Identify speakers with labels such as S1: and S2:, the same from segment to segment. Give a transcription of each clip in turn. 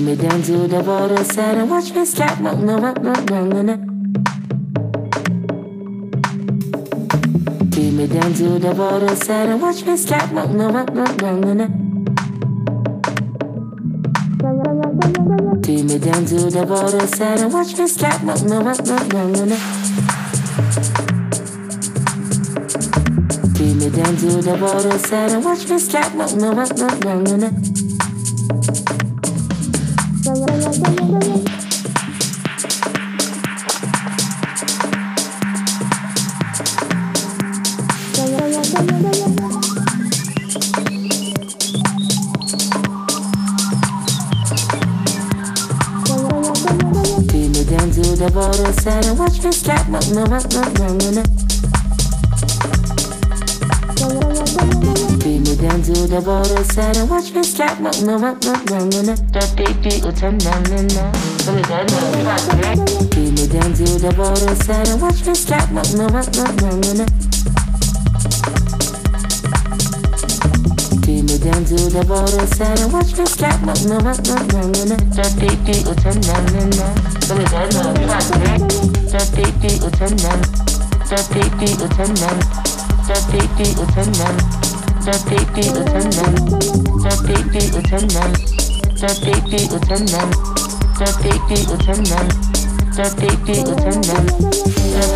S1: me down to the water side and watch me slide. No, no, no, no, no, no, no. Take me down to the water side and watch me slide. No, no, no, no, no, no, no. Take me down to the water side and watch me slide. No, no, no, no, no, no, no. Take me down to the water side and watch me slide. No, no, no, no, no, no, no. Take me down to the water side and watch me slide. No, no, no, no, no, no, no. Take me down to the water side and watch me slide. No, no, no, no, no, no, no. That baby will turn down the night. Let me down, no, no, no, no. Take me down to the water side and watch me slide. No, no, no, no, no, no, no. Take me down to the water side and watch me slide. No, no, no, no, no, no, no. That baby will turn down the night. Let me down, no, no, no, no. That baby will turn down. That baby will turn down. That baby will turn down. That baby will turn down. That baby will turn down. That baby will turn down. That baby will turn down. That baby will turn down. That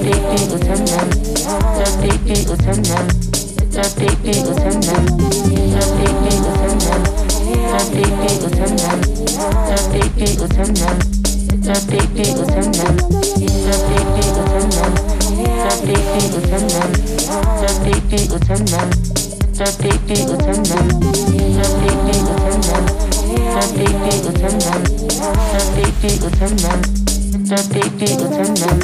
S1: baby will turn down. That baby will turn down. That baby will turn down. That baby will turn down. That baby will turn down. That baby will turn down. That baby will turn down. That baby will turn down. That baby will turn down. That baby will turn down. That baby will turn down. That baby will turn down. That baby will turn down. That baby will turn down. That baby will turn down. That baby will turn down.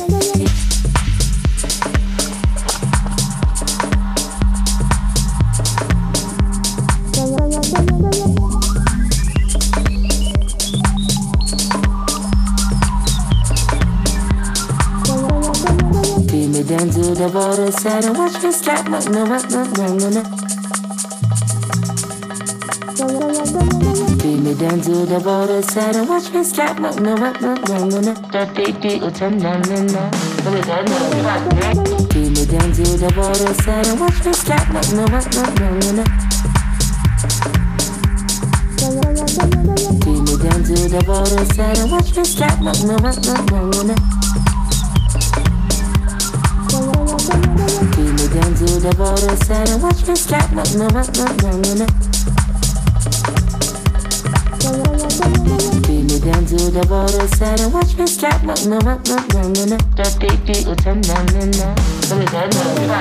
S1: Take me down to the water side and watch me slide. No, no, no, no, no, no. Take me down to the water side and watch me slide. No, no, no, no, no, no, no. That baby will turn down, no, no. Let me down, no, no, no. Take me down to the water side and watch me slide. No, no, no, no, no, no. Take me down to the water side and watch me slide. No, no, no, no, no, no. Take me down to the water side and watch me slide. No, no, no, no, no, no. Take me down to the water side and watch me slide. No, no, no, no, no, no, no. That baby will turn down, no, no. Let me down, no, no, no.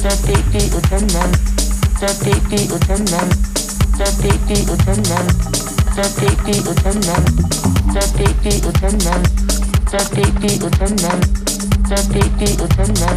S1: That baby will turn down. That baby will turn down. That baby will turn down. That baby will turn down. That baby will turn down. That baby will turn down. That baby will turn down.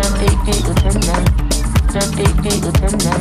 S1: That baby will turn down. That baby will turn down. That baby will turn down. That baby will turn down.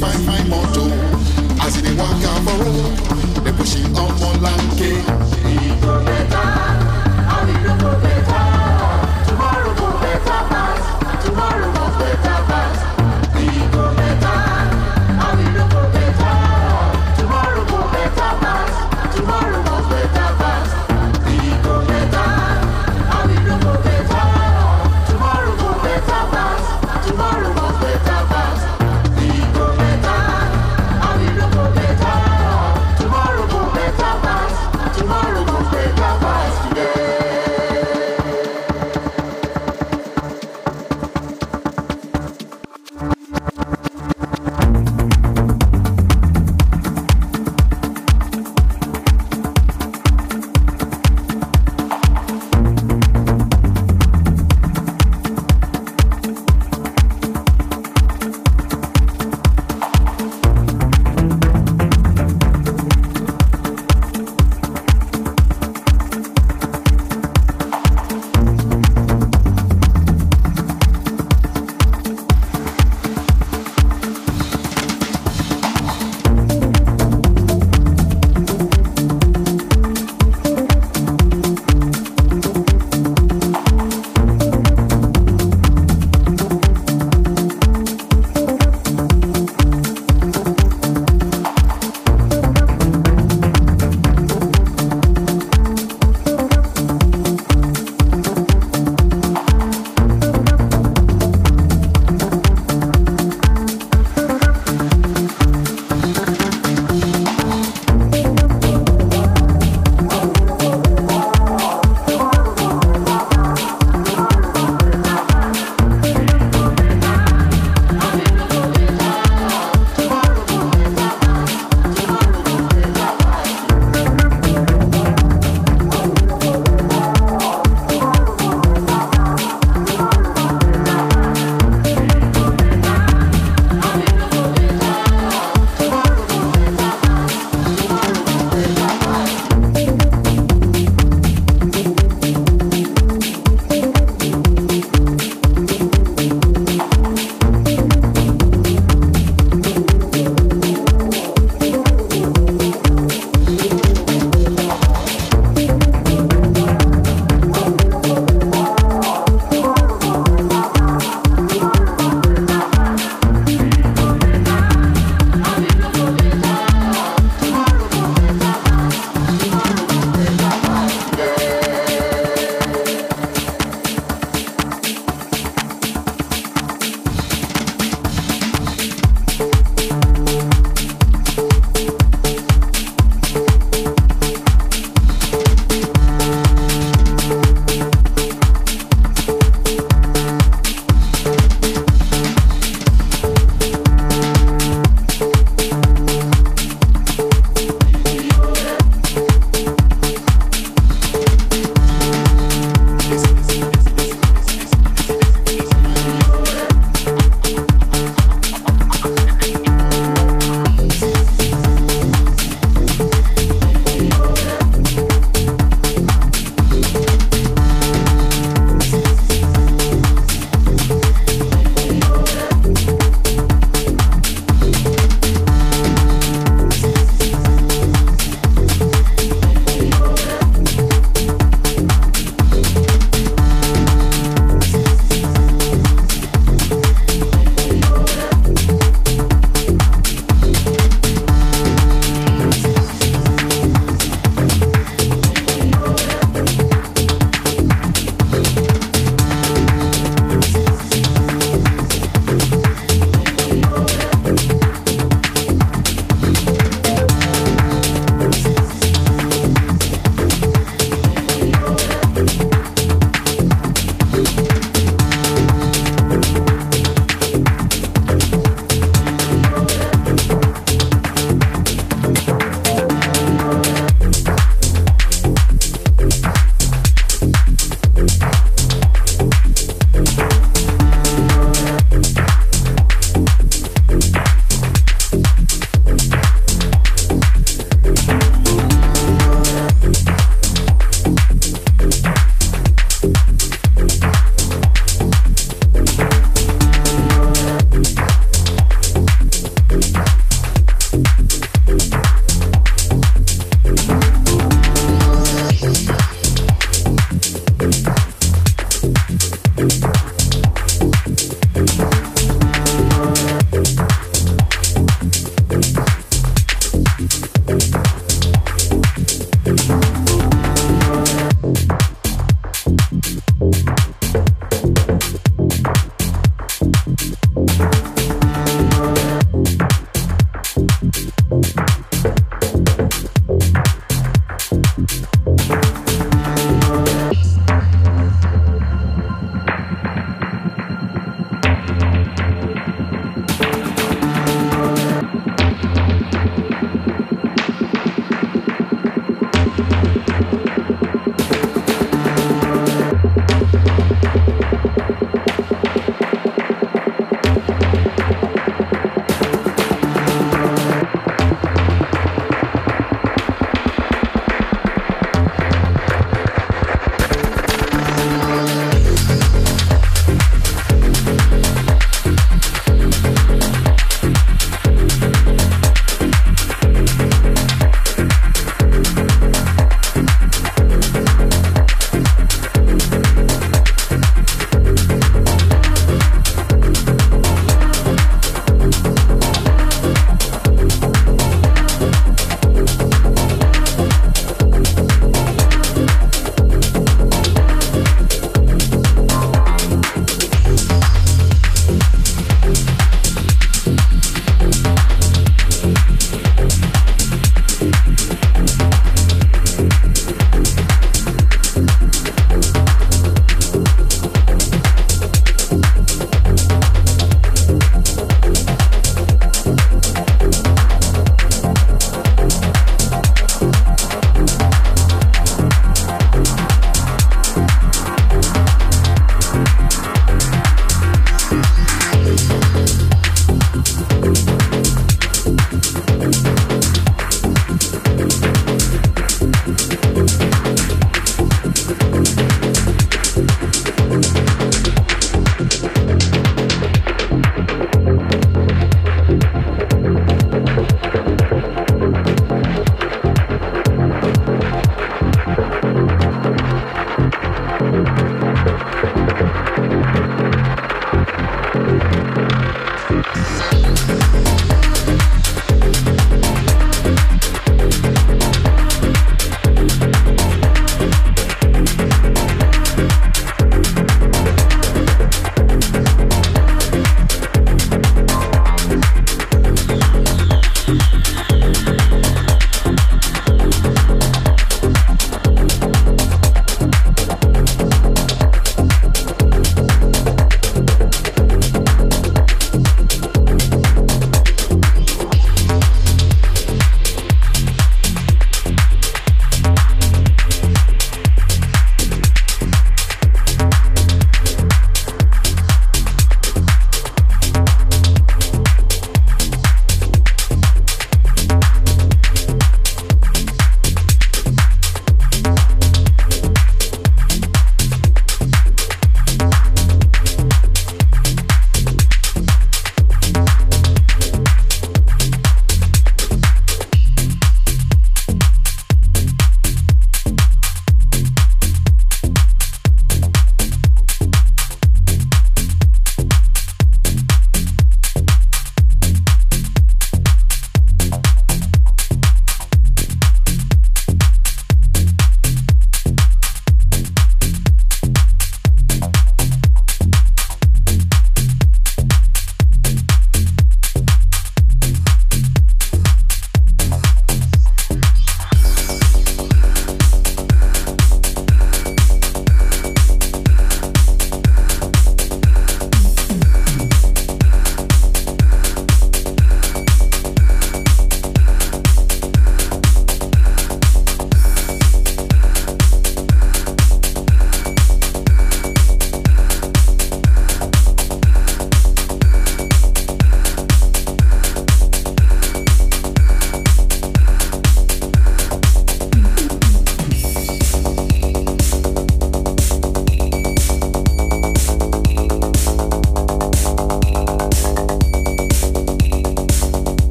S2: find my motto. As they walk out for road, they pushing up on Lanke.
S3: Tomorrow will better pass. Tomorrow will better pass. We go better. I will go better. Tomorrow will better pass. Tomorrow will better pass. We go better. I will go better. Tomorrow will better pass. Tomorrow will better pass. We go better.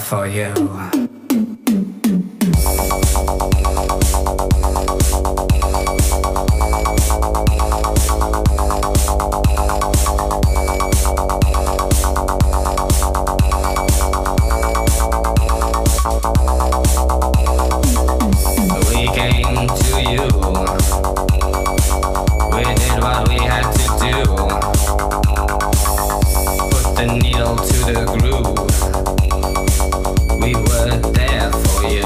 S4: for you. We came to you. We did what we had to do. Put the needle to the groove. We were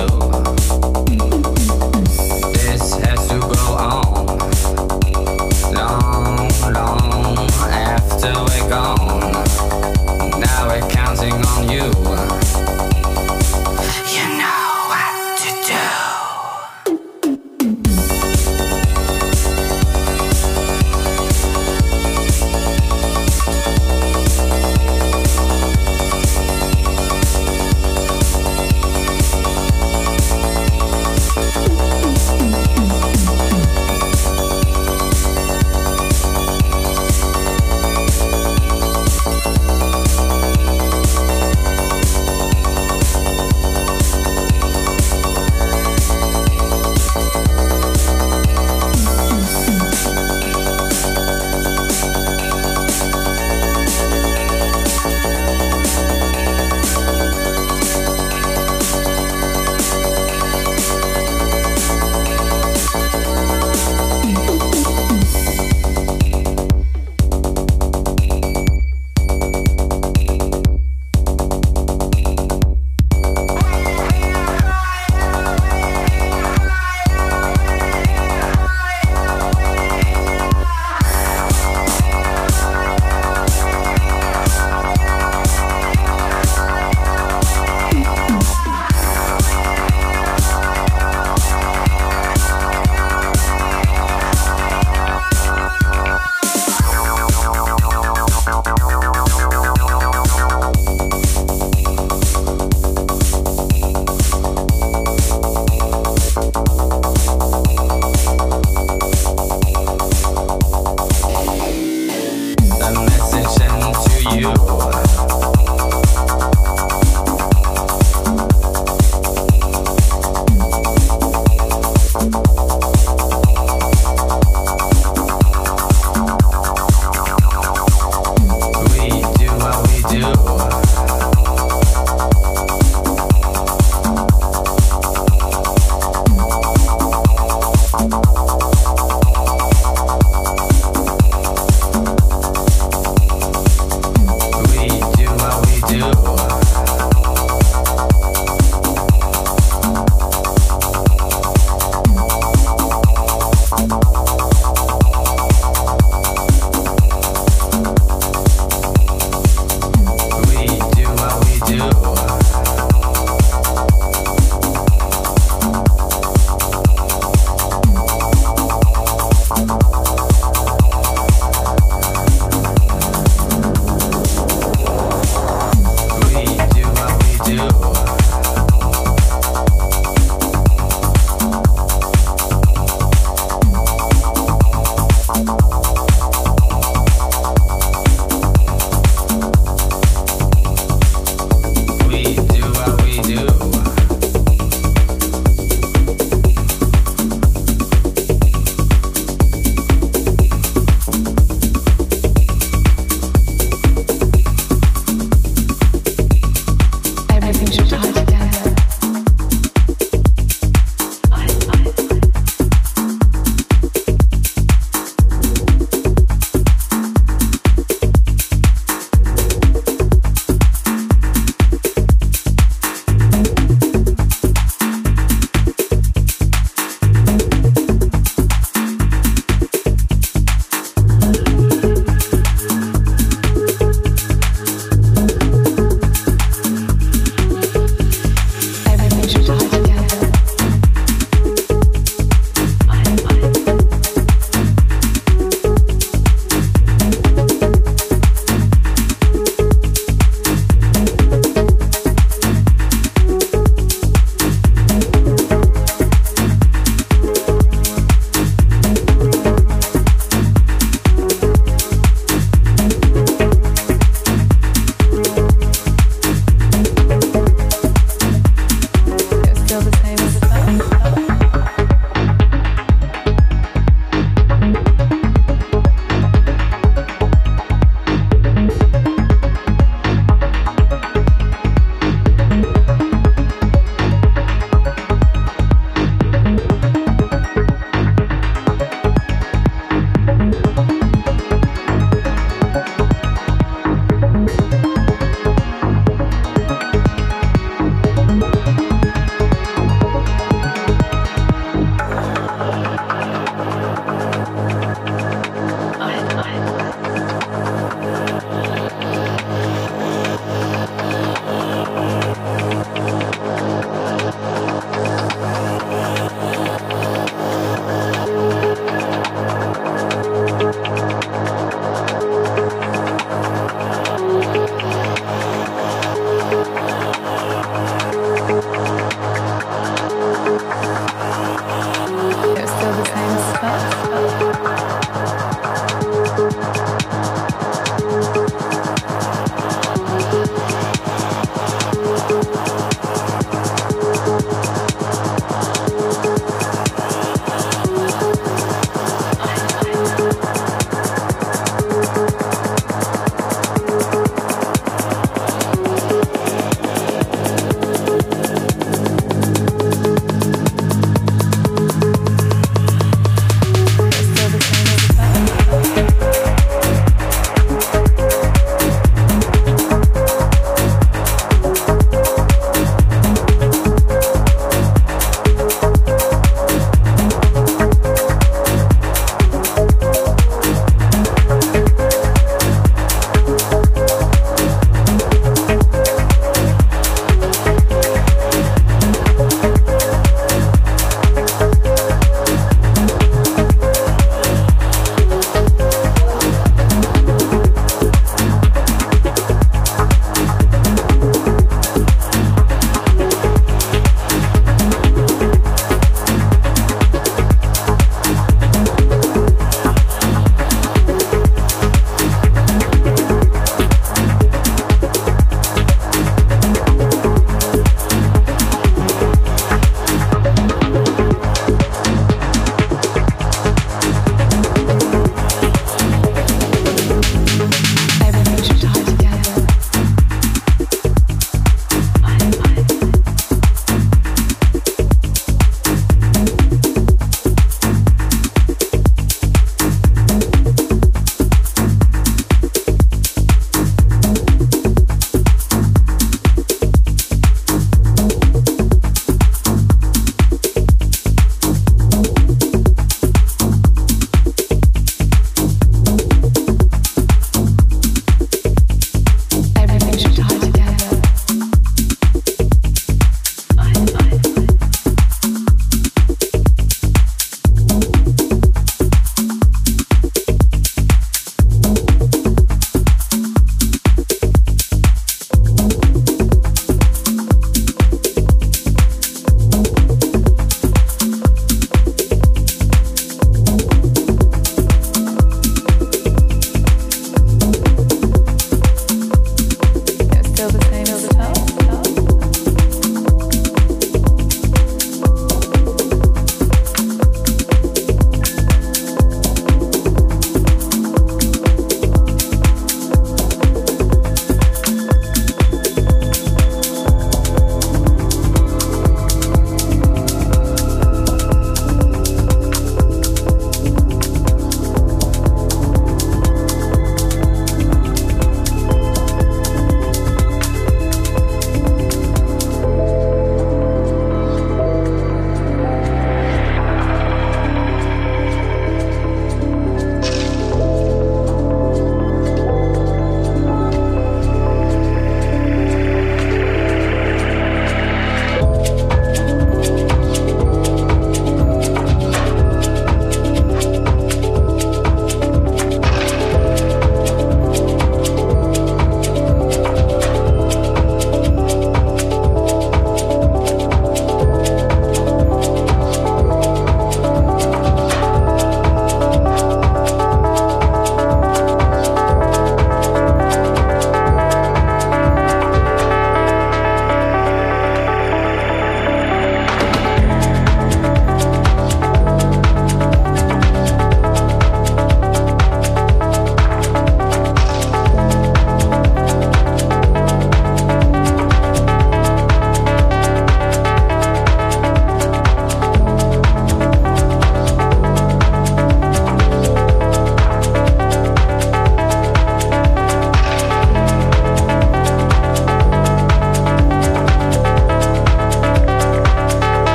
S5: It's still the same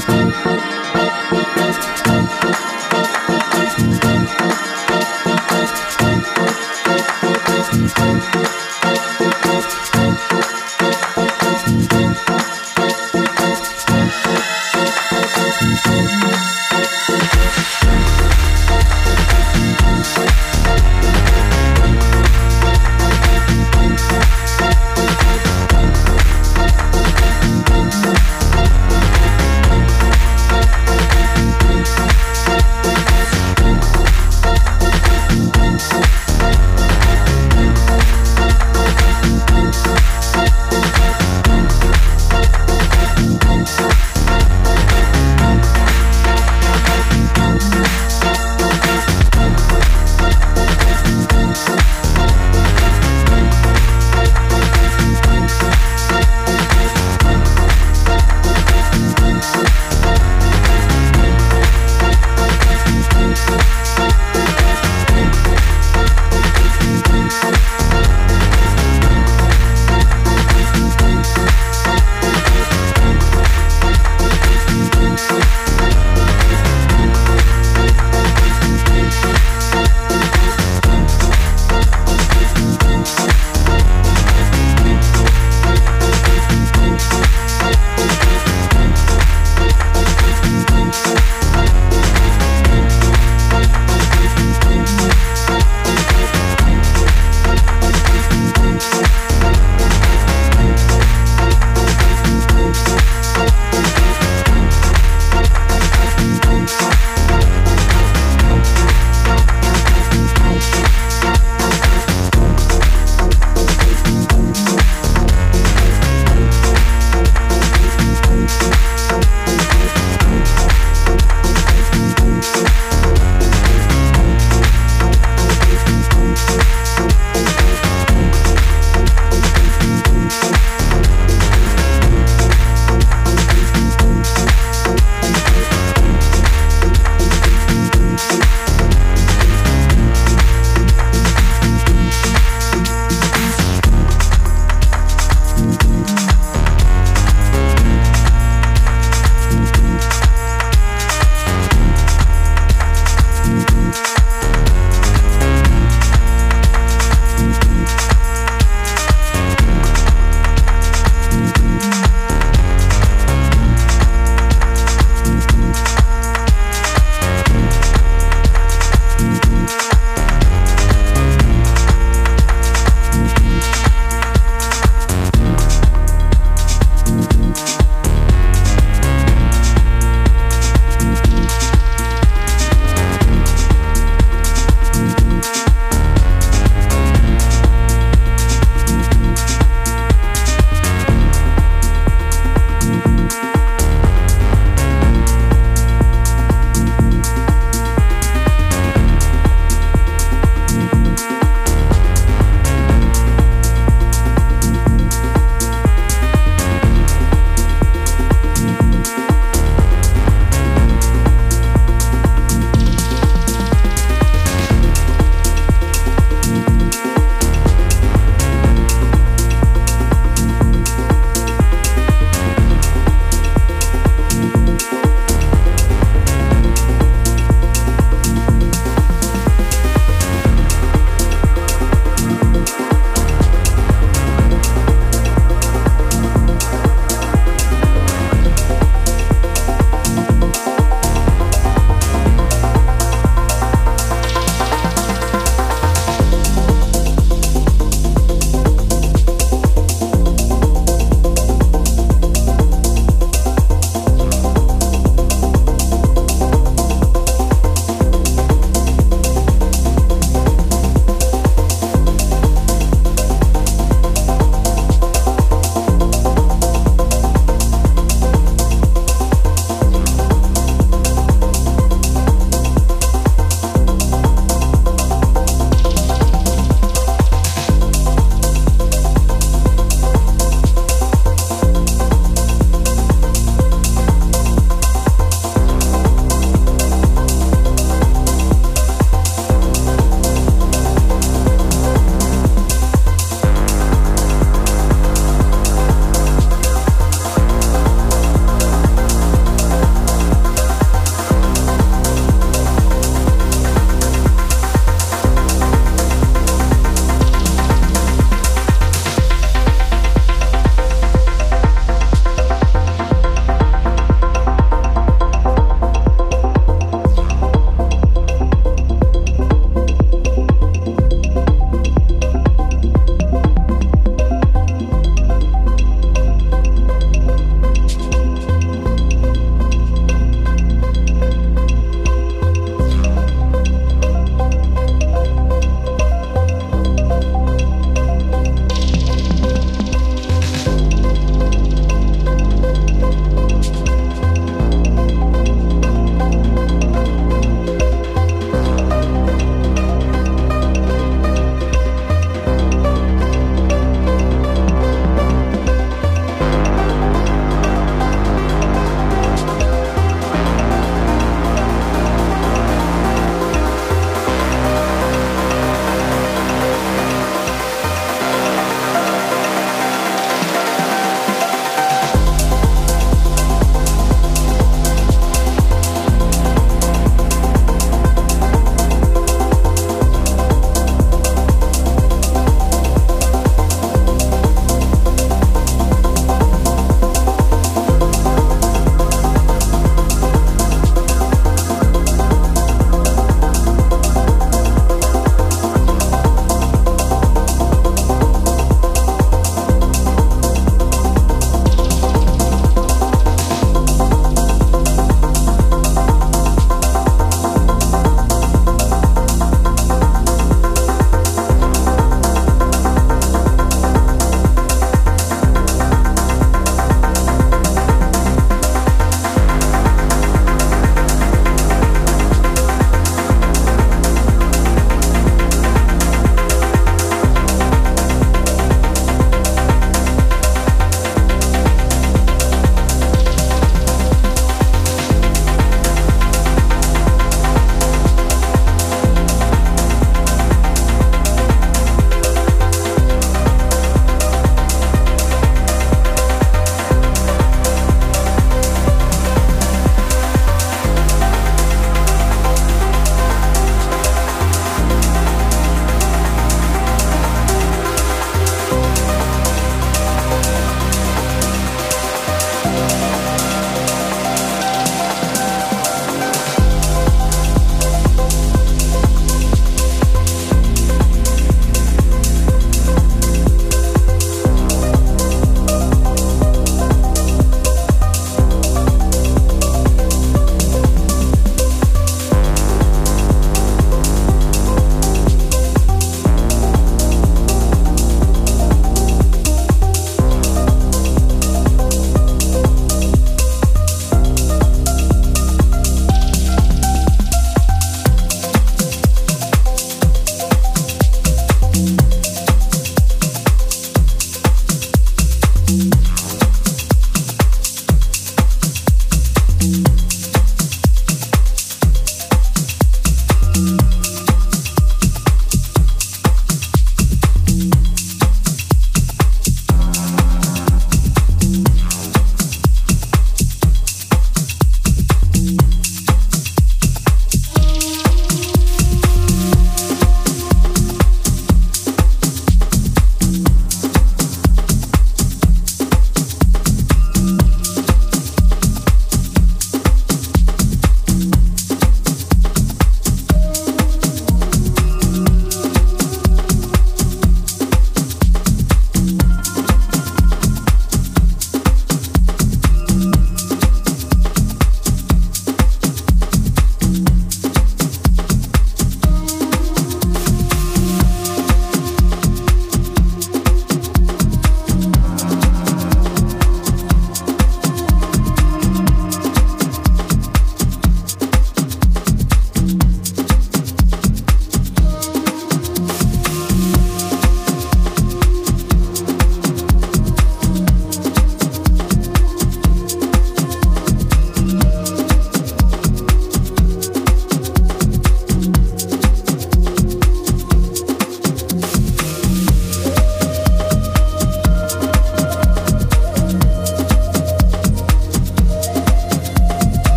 S1: Thank you.